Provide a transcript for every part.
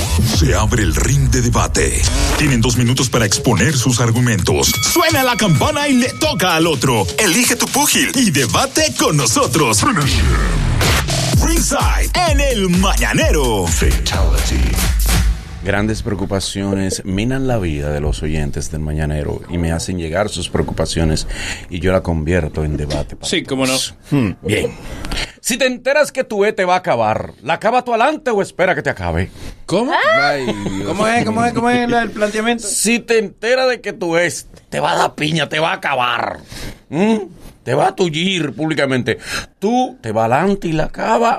Se abre el ring de debate. Tienen dos minutos para exponer sus argumentos. Suena la campana y le toca al otro. Elige tu púgil y debate con nosotros. Ringside en el mañanero. Fatality. Grandes preocupaciones minan la vida de los oyentes del mañanero y me hacen llegar sus preocupaciones y yo la convierto en debate. para Sí, cómo no. todos. Hmm, Bien. Si te enteras que tu E te va a acabar, ¿la acaba tú adelante o espera que te acabe? ¿Cómo? ¿Cómo es? ¿Cómo es? ¿Cómo es la- el planteamiento? Si te enteras de que tu ex te va a dar piña, te va a acabar, ¿Mm? te va a tullir públicamente, tú te vas adelante y la acaba,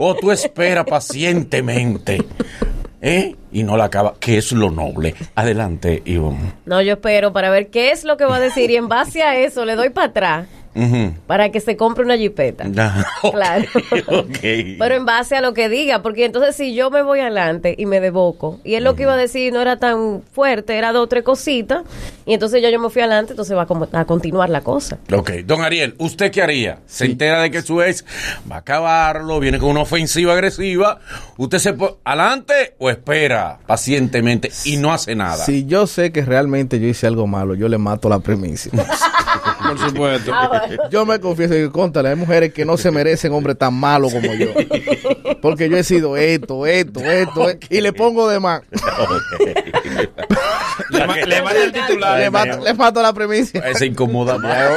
o tú esperas pacientemente ¿eh? y no la acaba, que es lo noble. Adelante, Ivonne. No, yo espero para ver qué es lo que va a decir y en base a eso le doy para atrás Ujú. para que se compre una jipeta. Ya, ok, Claro. ok. Pero en base a lo que diga, porque entonces si yo me voy adelante y me deboco, y él lo que iba a decir no era tan fuerte, era dos o tres cositas, y entonces ya yo me fui adelante, entonces va a, como- a continuar la cosa. Ok, don Ariel, ¿usted qué haría? Se entera de que su ex va a acabarlo, viene con una ofensiva agresiva. ¿Usted se pone adelante o espera pacientemente y no hace nada? Si yo sé que realmente yo hice algo malo, yo le mato la primicia. Por supuesto. Ah, Yo me confieso y contale, hay mujeres que no se merecen hombres tan malos como yo. Porque yo he sido esto, esto, esto, esto, y le pongo de más. Le, ma- le manda el titular. Le mato, le mato la primicia. Eh, Se incomoda más.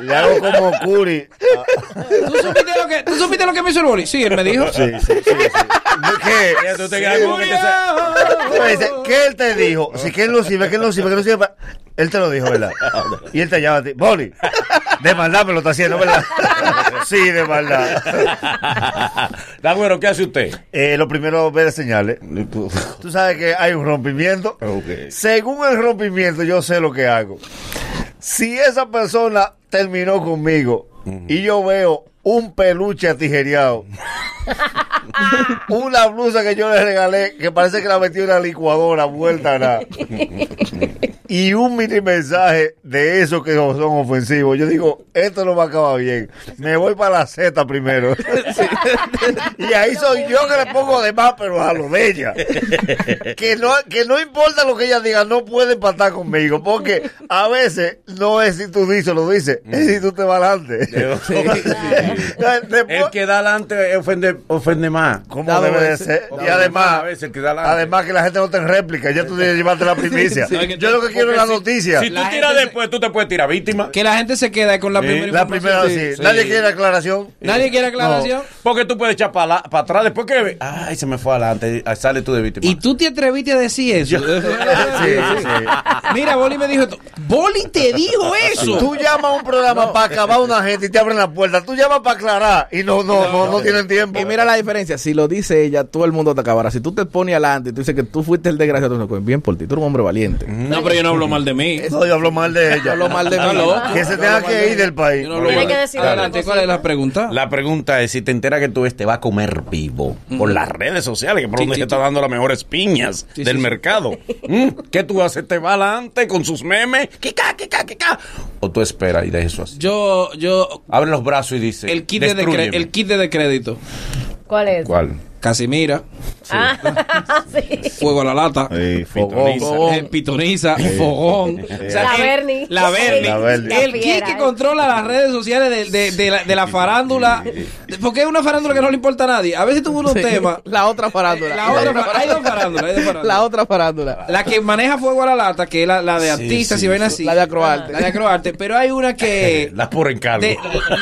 Le hago como Curi. ¿Tú supiste lo que, tú supiste lo que me hizo el boli? Sí, él me dijo. Sí, sí, sí. ¿Qué? Ya tú te quedas como que te sa- Tú me dices, ¿Qué él te dijo? Si que él no sirve, que él no sirve, que no sirve. pa- Él te lo dijo, ¿verdad? Y él te llama a ti. Boli, de maldad me lo está haciendo, ¿verdad? Sí, de maldad. Dagüero, ¿qué hace usted? Eh, lo primero, ver señales. Tú sabes que hay un rompimiento. Según el rompimiento, yo sé lo que hago. Si esa persona terminó conmigo y yo veo un peluche atijereado, una blusa que yo le regalé, que parece que la metí en una licuadora, vuelta a nada, y un mini mensaje de esos que son ofensivos, yo digo, esto no me acaba bien. Me voy para la Z primero. Y ahí soy yo que le pongo de más, pero a lo de ella. Que no, que no importa lo que ella diga, no puede empatar conmigo. Porque a veces no es si tú dices, lo dices, es si tú te vas adelante. Después- El que da adelante ofende, ofende más. ¿Cómo Da debe dos de veces. ser? Da Y dos veces además, a veces el que da adelante. además que la gente no te réplica, ya tú tienes que llevarte la primicia. sí, sí. Yo lo que quiero es la Porque noticia. Si tú La tiras gente se- después, tú te puedes tirar víctima. Que la gente se queda con la Sí, primera La información. primera, Sí. sí. Nadie quiere aclaración. Nadie quiere aclaración. Porque tú puedes echar para atrás después que ve- Ay, se me fue adelante. Ah, Sale tú de víctima. Y tú te atreviste a decir eso. Sí, sí. Mira, Boli me dijo esto. Boli te dijo eso. Tú llamas a un programa para acabar a una gente y te abren la puerta. Tú llamas para aclarar y no, no, no, no, tienen tiempo. Y mira la diferencia, si lo dice ella, todo el mundo te acabará. Si tú te pones adelante y tú dices que tú fuiste el desgraciado, tú dices, "Pues bien por ti, tú eres un hombre valiente. No, pero yo no hablo mal de mí. No, yo hablo mal de ella. Yo hablo mal de Está mí. loco. Que se tenga que ir del país. Yo no hablo Tiene mal. que decir Adelante, algo. ¿cuál es la pregunta? La pregunta es si te enteras que tú este va a comer vivo por las redes sociales, que por Mm. Sí, donde sí, se está sí. dando las mejores piñas Sí, del sí, sí. mercado. Mm, ¿Qué tú haces? ¿Te va adelante con sus memes? ¡Kika, kika, kika! ¿O tú esperas y de eso así? Yo, yo, Abre los brazos y dice. el kit, de, cre- "Destrúyeme". el kit de crédito. ¿Cuál es? ¿Cuál? Casimira, Ah, sí. fuego a la lata. Fitoniza. Fogón, eh, pitoniza, fogón. O sea, La el- Berni. La Berni. La Berni. El La Kid fiera, que eh. controla las redes sociales de, de- de la, de la farándula. Porque es una farándula que no le importa a nadie. A veces tuvo unos Sí. temas. La otra farándula. La otra fa- hay dos farándulas, hay dos farándulas. La otra farándula. La que maneja fuego a la lata, que es la, la de artistas y ven así. La de acroarte. La de acroarte. Pero hay una que. Las por encargo. de-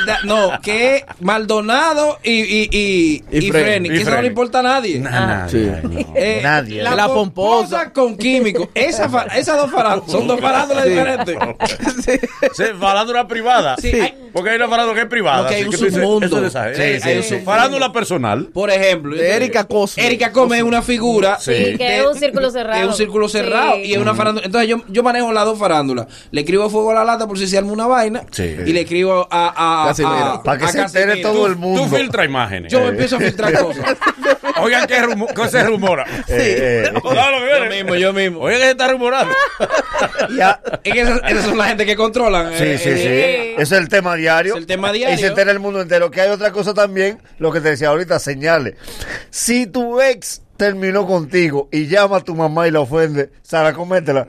da- no, que es Maldonado y, y, y, Y y Fren- Frenny, y que eso no Fren. le importa a nadie. Nah, nah, Sí. nah, no. Eh, Nadie. La, La pomposa, pomposa con químico. Esa fa- esas dos farándulas son dos farándulas diferentes. Oh, Sí, farándula privada. Sí, hay- Porque hay una farándula que es privada. Porque hay así un que tú dices, submundo. eso es exagero. Sí, sí, Hay un sí. submundo. Farándula personal. Por ejemplo, De Erika Cosme. Erika Come es una figura. Sí. Que es un círculo cerrado. Es un círculo cerrado Sí. y es una farándula. Entonces yo, yo manejo las dos farándulas. Le escribo fuego a la lata por si se arma una vaina. Sí. Y le escribo a. a, Casimiro. a- Para que a se entere Casimiro. todo el Tú mundo. filtra imágenes. Eh, Yo empiezo a filtrar cosas. Oigan, ¿qué, rumo- qué se rumora? Eh, eh. Claro, yo miren. mismo, yo mismo. Oigan, ¿qué se está rumorando? eh, Ya. Es que esas, esas son la gente que controlan. Sí, eh, sí, sí. eh, Ese es el tema diario. Es el tema diario. Y se entera el mundo entero. Que hay otra cosa también, lo que te decía ahorita, señales. Si tu ex terminó contigo y llama a tu mamá y la ofende, Sara, cométela.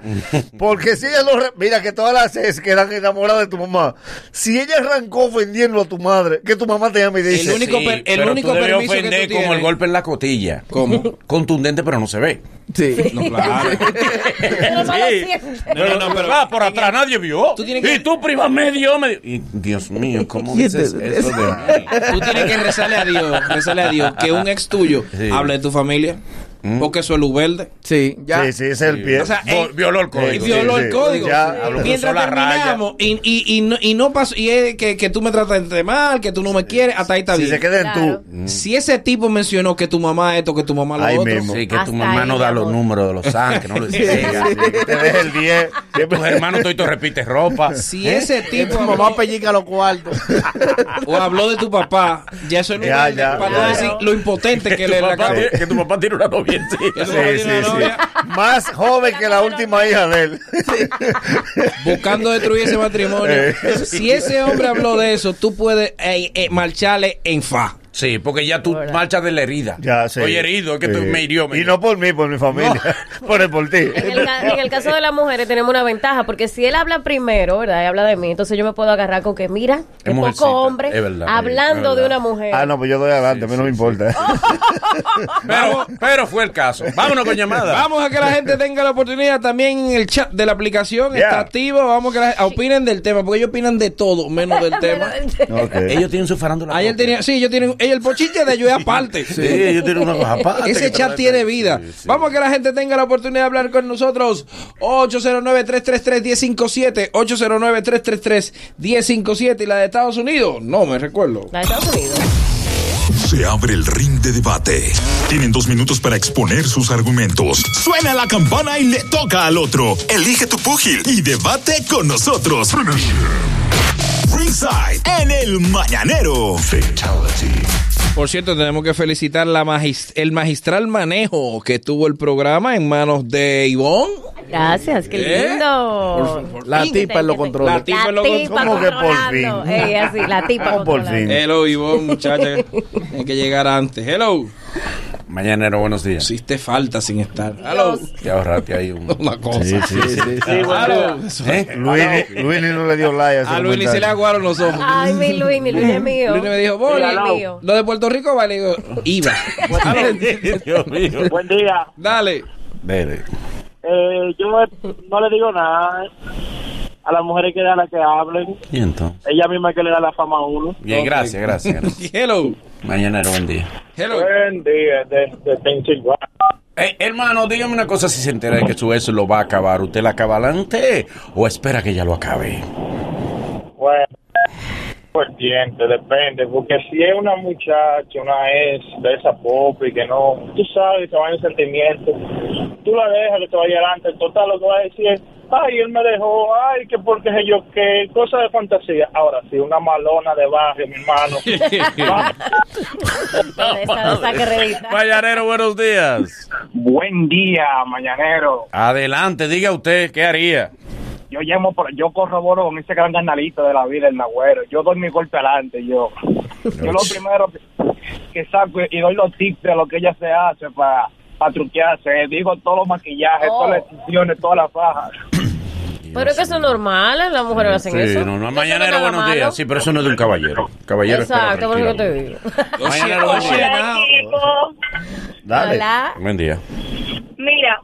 Porque si ella lo. re- Mira que todas las es que eran enamoradas de tu mamá. Si ella arrancó ofendiendo a tu madre, que tu mamá te llama y dice. El único Sí, per- el pero único tú debes permiso que tú ofender como tienes. el golpe en la cotilla. ¿Cómo? Contundente, pero no se ve. Sí. No, claro. Pero no lo Sí. sientes. Pero no, no, pero- por atrás nadie vio. Tú tienes que- Y tú, prima, me dio, me dio. Y, Dios mío, ¿cómo ¿Quién dices te- eso de mí? Tú tienes que rezarle a Dios, rezarle a Dios que un ex tuyo Sí. hable de tu familia, porque eso es luz verde. Sí, ya. Sí, sí, ese es el pie. O sea, él- violó el Sí, Y código. violó sí, el sí. código. Ya, Sí. habló, cruzó Mientras la raya. terminamos y, y, y no, y no pasó, y es que, que tú me tratas de mal, que tú no me quieres, hasta ahí está si bien. se queda en Claro. tú. Si ese tipo mencionó que tu mamá esto, que tu mamá lo Ahí otro, mismo. Sí, que Hasta tu mamá ahí, no mi da amor. los números de los SAN, que no los diga. Te deja el 10. Siempre- Tus hermanos todito repites ropa. ¿Eh? si ¿Eh? ese Que tipo tu mamá pellica los cuartos. o habló de tu papá, ya eso es luz Ya, verde, ya, para ya. no decir lo impotente que le la papá, acaba. tiene- que tu papá tiene una noviencita. Eso Sí, va a sí, tener una novia sí. Más joven que la última hija de él. Buscando destruir ese matrimonio. Si ese hombre habló de eso, tú puedes eh, eh, marcharle en fa. Sí, porque ya tú marchas de la herida. Ya, sí. Oye, herido, es que tú Sí. me hirió. me Y hirió. no por mí, por mi familia. Por el por ti. En el, ca- en el caso de las mujeres tenemos una ventaja porque si él habla primero, ¿verdad? Y habla de mí, entonces yo me puedo agarrar con que mira, qué Es mujercita, poco hombre es verdad, hablando es de verdad. una mujer. Ah, no, pues yo doy adelante, a mí no me importa. Pero, pero fue el caso. Vámonos con llamada. Vamos a que la gente tenga la oportunidad también en el chat de la aplicación. Yeah. Está activo. Vamos a que la gente opinen del tema, porque ellos opinan de todo menos del tema. Ok. Ellos tienen su farándula. Ayer propia. tenía, sí, ellos tienen, ellos el pochiche de ellos es aparte. Sí, ellos tienen una cosa aparte. que Ese chat trae- tiene vida. Sí, sí. Vamos a que la gente tenga la oportunidad de hablar con nosotros. 809-333-1057. 809-333-1057. Y la de Estados Unidos, no me recuerdo. La de Estados Unidos. Se abre el ring de debate. Tienen dos minutos para exponer sus argumentos. Suena la campana y le toca al otro. Elige tu púgil y debate con nosotros. Ringside en el mañanero. Por cierto, tenemos que felicitar la magis- el magistral manejo que tuvo el programa en manos de Ivonne. Gracias, qué ¿Eh? lindo. Por- por- La Sí, tipa que en los te- controles. La tipa en los tipa controles. ¿Cómo que por controlando. fin? Ey, así, la tipa ¿Cómo por controlando. fin? Hello, Ivonne, muchacha. Hay que llegar antes. Hello. Mañanero, buenos días. Hiciste falta sin estar. Hello. Dios. Te ahorraste ahí un. Una cosa. Claro. ¿Eh? Luini, Luini no le dio like a ese A Luis se le comentario. aguaron los ojos. Ay, mi Luis, mi Luis es mío. Luis me dijo, voy. Luis es mío. Lo de Puerto Rico, vale. Digo, iba. Ah, Dios mío. Buen día. Dale. Dele. Eh, yo no le digo nada. eh. A las mujeres que da la que hablen. Y entonces. Ella misma es que le da la fama a uno. Bien, Ok. gracias, gracias. gracias. Hello. Mañanero, buen día. Hello. Buen día, desde Pensilvania. Eh, hermano, dígame una cosa si se entera de que su ex lo va a acabar. ¿Usted la acaba adelante o espera que ya lo acabe? Bueno, por diente, depende. Porque si es una muchacha, una ex de esa pop y que no, tú sabes, te va en sentimiento. Tú la dejas que te vaya adelante. Total, lo que va a decir es, ay, él me dejó, ay, que porque sé yo qué, cosa de fantasía. Ahora sí, una malona de barrio, mi hermano. Esa- esa que reedita. Mañanero, buenos días. Buen día, mañanero. Adelante, diga usted, ¿qué haría? Yo llamo, por- yo corroboro con ese gran canalito de la vida, el Nagüero. Yo doy mi golpe adelante, yo. Yo lo primero que- que saco y doy los tips de lo que ella se hace para truquearse. Digo todos los maquillajes, Oh. todas las extensiones, todas las fajas. Pero es que eso es normal, las mujeres hacen Sí, eso. no, no, es mañanero, nada buenos malo. días. Sí, pero eso no es de un caballero. Caballero espera Exacto, por eso que te tranquilo. digo. Mañanero, buen día. Dale. Hola. Buen día. Mira,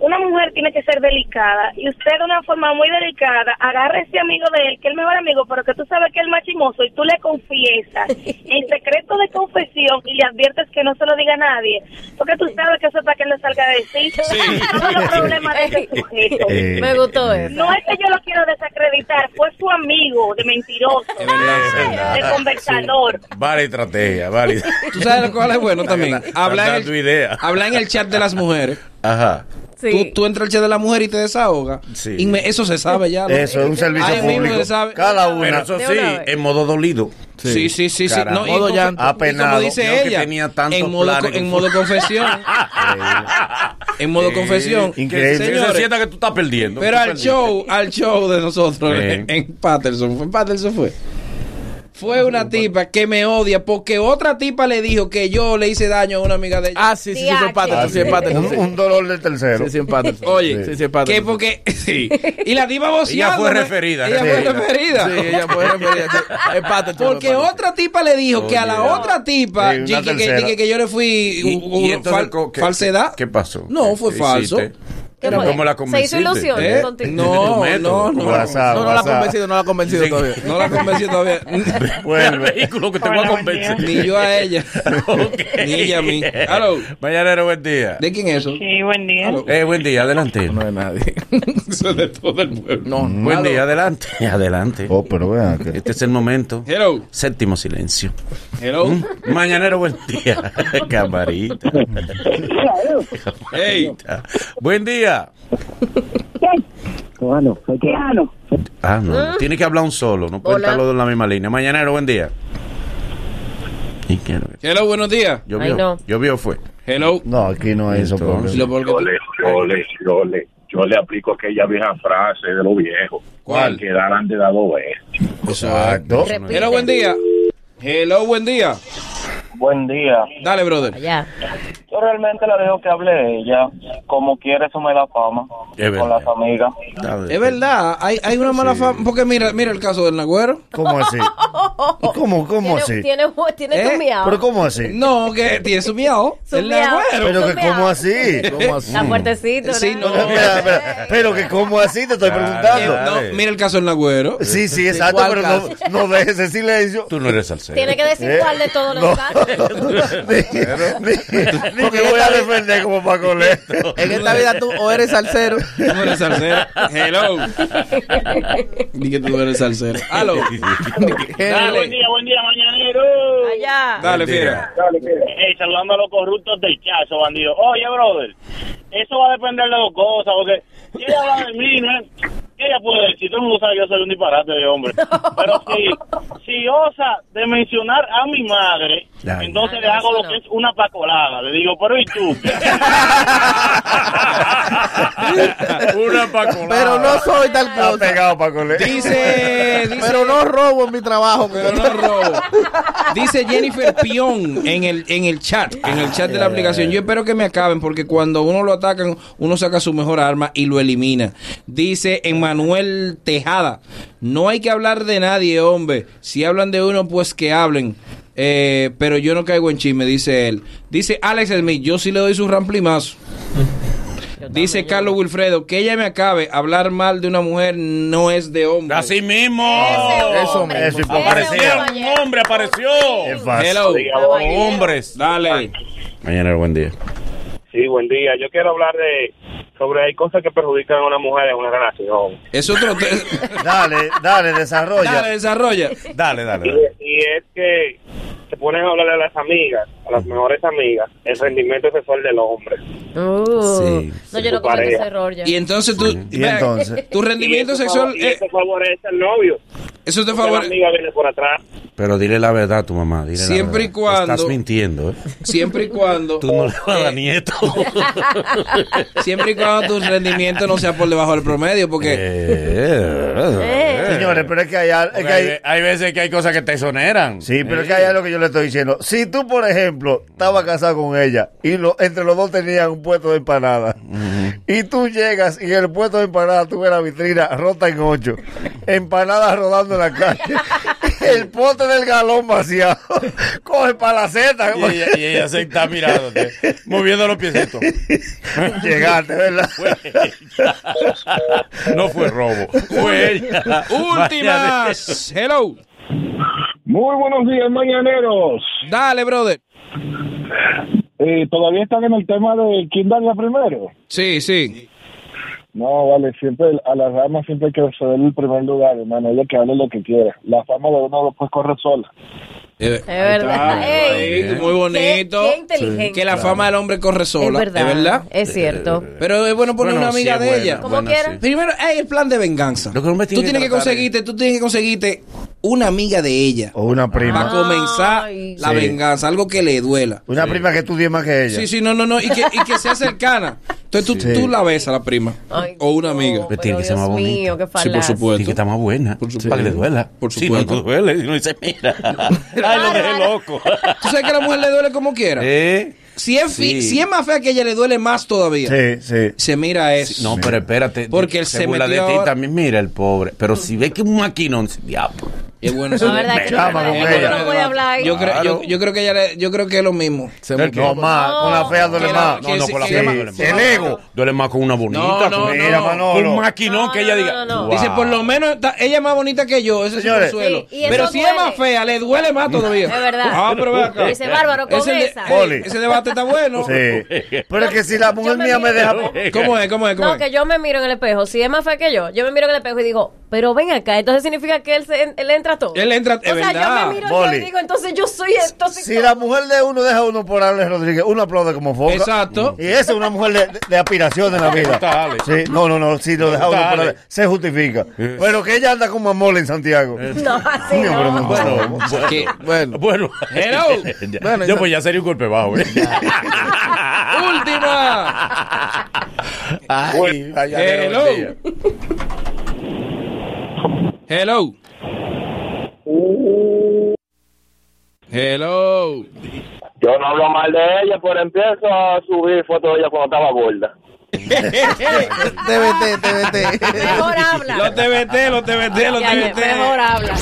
una mujer tiene que ser delicada y usted de una forma muy delicada agarra a ese amigo de él, que es el mejor amigo, pero que tú sabes que es el más chismoso y tú le confiesas en secreto de confesión y le adviertes que no se lo diga a nadie, porque tú sabes que eso es para que él no salga de sí. Todos los problemas de ese sujeto. Eh, Me gustó eso. No es que yo lo quiero desacreditar, fue su amigo de mentiroso, de conversador. Vale estrategia, vale. Tú sabes cuál es bueno también. Habla en, tu el, idea. habla en el chat de las mujeres. Ajá. Sí. Tú, tú entras al chat de la mujer y te desahoga. Sí. Y me- eso se sabe ya. ¿no? Eso es un servicio Ahí mismo público. se sabe. Cada Pero una. eso De sí, una vez. en modo dolido. Sí, sí, sí. sí. Caramba. No, y Modo como- llanto. y Como Apenado. dice Yo que ella, tenía tantos en modo, planes. en modo confesión. en modo confesión. Increíble. Que se Señores, sienta que tú estás perdiendo. Pero Tú al perdiste. show, al show de nosotros Sí. en Patterson, fue en Patterson fue. Fue una tipa que me odia porque otra tipa le dijo que yo le hice daño a una amiga de ella. Ah, sí, sí, sí, fue Diache. Patterson, sí, Así, es Patterson. un, sí. un dolor de tercero. Sí, sí, es Patterson. Oye, sí, sí, es Patterson. Que porque. Sí. Y la tipa voceando. Ella fue ¿no? referida, Ella referida. fue referida. Sí, ella fue referida, sí. Es Patterson. Porque es Patterson. otra tipa le dijo que a la otra tipa Sí, una y que, que- tercera. que- que yo le fui Y- u- u- y entonces, fal- co- ¿qué- falsedad. ¿Qué pasó? No, fue ¿Qué falso. hiciste? ¿Qué Pero fue? ¿Cómo la Se hizo convenciste? ilusiones ¿Eh? contigo. Tu No, método, no, tu no. WhatsApp, No, no la ha WhatsApp. convencido, no la ha convencido Sí. todavía. No la convenció todavía. Mira el Vuelve. vehículo que te voy a Hola, buen día. convencer. Ni yo a ella. Ok. Ni ella a mí. Hello. Mañanero, buen día. ¿De quién es eso? Sí, buen día. Aló. Eh, buen día, adelante. No es nadie. Eso es de todo el pueblo. No, Buen día, adelante. Adelante. Oh, pero vean que. Este es el momento. Hello. Séptimo silencio. Hello. ¿Mm? Mañanero, buen día. Camarita. Hey. Ah, Buen día. Ah, no, no. Tiene que hablar un solo. No pueden Hola. estar los dos en la misma línea. Mañanero, buen día. Y quiero ver. Hello, buenos días. Yo Ay, vio, no. yo vio fue. Hello. No, aquí no hay eso. Entonces, porque- Lo porque- Yo le, yo le, yo le, yo le aplico aquella vieja frase de los viejos. ¿Cuál? Que darán de dado es. Exacto. Repite. Hello, buen día. Hello, buen día. Buen día. Dale, brother. Allá. eh, Yo realmente la dejo que hable ella. Como quiere, eso me da fama. Es verdad. con las amigas. Es verdad, hay, hay una mala fama. Porque mira, mira el caso del Nagüero. ¿Cómo así? ¿Cómo, cómo Tiene- así? Tiene, tiene ¿Eh? tu miau. ¿Pero cómo así? No, que tiene su miau. Su El miau. Nagüero. Pero tú que me cómo hablas. así. ¿Cómo así? Mm. Está fuertecito, Sí, ¿no? no. Espera, espera. Pero que cómo así te estoy preguntando. No, mira el caso del Nagüero. Sí, sí, exacto, cuál pero no, no dejes ese silencio. Tú no eres salsero. Tiene que decir ¿Eh? cuál de todos los No. casos. Ni, ni- ni me voy a defender como Paco Leto. En esta vida tú o eres salsero. No eres salsero. Hello. Di que tú eres salsero. Hello. Dale. día, buen día, mañanero. Allá. Dale, fiera. Ey, saludando a los corruptos del chazo, bandido. Oye, brother, eso va a depender de dos cosas, porque si ella habla de mí, ¿no? es- ¿qué Ella puede decir, todo el mundo sabe que yo soy un disparate de hombre. Pero si, si osa de mencionar a mi madre, Ya. entonces Ah, le no, hago eso lo no. que es una pacolada. Le digo, pero ¿y tú? Una pacolada. Pero no soy tal Está cosa. pegado Paco Leto. Dice, dice, Pero no robo en mi trabajo. pero no robo. Dice Jennifer Pion en el, en el chat, en el chat de la aplicación. Yo espero que me acaben porque cuando uno lo atacan, uno saca su mejor arma y lo elimina. Dice Emanuel Tejada, no hay que hablar de nadie, hombre. Si hablan de uno, pues que hablen. Eh, pero yo no caigo en chisme, dice él. Dice Alex Smith, yo sí le doy su ramplimazo. Dice Carlos Wilfredo, que ella me acabe, hablar mal de una mujer no es de hombre. Así mismo. Ah, Eso hombre. mismo. Ese Apareció Apareció un hombre, apareció. Es fácil. Hello. caballero. Hombres. Dale. Mañanero, buen día. Sí, buen día. Yo quiero hablar de sobre hay cosas que perjudican a una mujer en una relación. Es otro te- Dale, dale, desarrolla. Dale, desarrolla. Dale, dale. Y, dale. y es que se ponen a hablar a las amigas, a las mejores amigas, el rendimiento sexual del hombre. Uh. Sí. No, yo no cometo Pareja. ese error ya. Y entonces tú. ¿Y entonces? Tu rendimiento Y eso sexual. fav- y eh, eso favorece al novio. eso te Porque La favorece. amiga viene por atrás. Pero dile la verdad a tu mamá. Dile la Siempre y verdad. cuando- Estás mintiendo, ¿eh? Siempre y cuando. Tú no le vas a dar nieto. Siempre y cuando tu rendimiento no sea por debajo del promedio, porque. Eh, Señores, pero es que hay, al- es Porque que hay, hay- hay veces que hay cosas que te exoneran. Sí, pero es que hay algo que yo le estoy diciendo. Si tú, por ejemplo, estabas Ah. casado con ella y lo, entre los dos tenían un puesto de empanada y tú llegas y en el puesto de empanada tú ves la vitrina rota en ocho, empanadas rodando en la calle, el pote del galón vaciado, coge palaceta, Y ella, y ella se está mirándote, moviendo los piecitos. llegaste, ¿verdad? No fue robo, fue ella. Últimas. Hello. Muy buenos días, mañaneros. Eh, Dale, brother. Todavía están en el tema de quién daría primero. Sí, sí. No, vale, siempre a las damas siempre hay que cederle el primer lugar, hermano. Ella que hable lo que quiera. La fama de uno después corre sola. Eh, Es verdad. Ey, ahí, muy bonito. Qué, qué inteligente. Que la fama del hombre corre sola. Es verdad. Es verdad. Es cierto. Eh, Pero es bueno poner Bueno, una amiga sí, de es ella. buena, Como buena, quiera. sí. Primero, hay el plan de venganza. Lo que uno tú me tiene que tienes que tratar es- conseguirte, tú tienes que conseguirte una amiga de ella. O Ah, una Para Oh, prima. comenzar Ay. la Sí. venganza, algo que le duela. Una prima que tú diez más que ella. Sí, sí, no, no, no. Y que, y que sea cercana. Entonces tú, Sí. tú la ves a la prima Ay, o una no, amiga. Pero tiene que Dios ser más bonita. mío, qué Sí, por falacia. supuesto. Y que está más buena. Por supuesto. Para que le duela. Por Si no supuesto. te duele, y uno dice, mira. Ay, lo dejé loco. Tú sabes que a la mujer le duele como quiera. ¿Eh? Si es, fi- sí. si es más fea que ella, le duele más todavía. Sí, sí. Se mira eso. No, pero espérate. Porque él se burla metió de ti ahora. también, mira, el pobre. Pero si ve que un maquinón, diablo. Es bueno. La verdad es que no, Chama con es que ella. no puede hablar ahí. Yo creo, yo, Claro. yo creo que ella le- yo creo que es lo mismo. Se Del me- No, más. Con la fea duele Que la- más. que sí, con que fea la- duele más. El ego. Duele más con una bonita. No, no, con- Mira, no. Manolo. Un maquinón No, que ella no, diga. no, no. "Wow". Dice, por lo menos está- ella es más bonita que yo, ese es Señores. su consuelo. Sí, y eso pero si es duele. más fea, le duele más todavía. Es verdad. Ah, pero ve acá. Dice, bárbaro, con Ese, de- esa. ey, Oli. ese debate está bueno. Sí. Pero es que si la mujer me mía me miro. deja. ¿Cómo es? ¿Cómo es? ¿Cómo No, es? que yo me miro en el espejo. Si es más fea que yo, yo me miro en el espejo y digo, pero ven acá. Entonces significa que él, se, él entra todo. Él entra- O sea, es verdad. yo me miro Boli. y yo digo, entonces yo soy entonces Si la mujer de uno deja a uno por Alex Rodríguez, uno aplaude como foca. Exacto. Y esa es una mujer de, de- de aspiración en la gusta vida. Alex. Sí, no, no, no, si lo deja uno gusta por Alex, Alex. se justifica. Pero que ella anda como mole en Santiago. No, así Coño, pero no. no. Bueno, bueno. Que- Bueno, Bueno, Hello. Ya. Bueno, yo ya. pues ya sería un golpe bajo. ¿eh? Última. Ay, ay, ay, Eh, Hello. buen día. Hello. Hello. Yo no hablo mal de ella, pero empiezo a subir fotos de ella cuando estaba gorda. TVT, TVT. Mejor habla. Los TBT, los TBT, los Ya, ya, TBT. Mejor habla.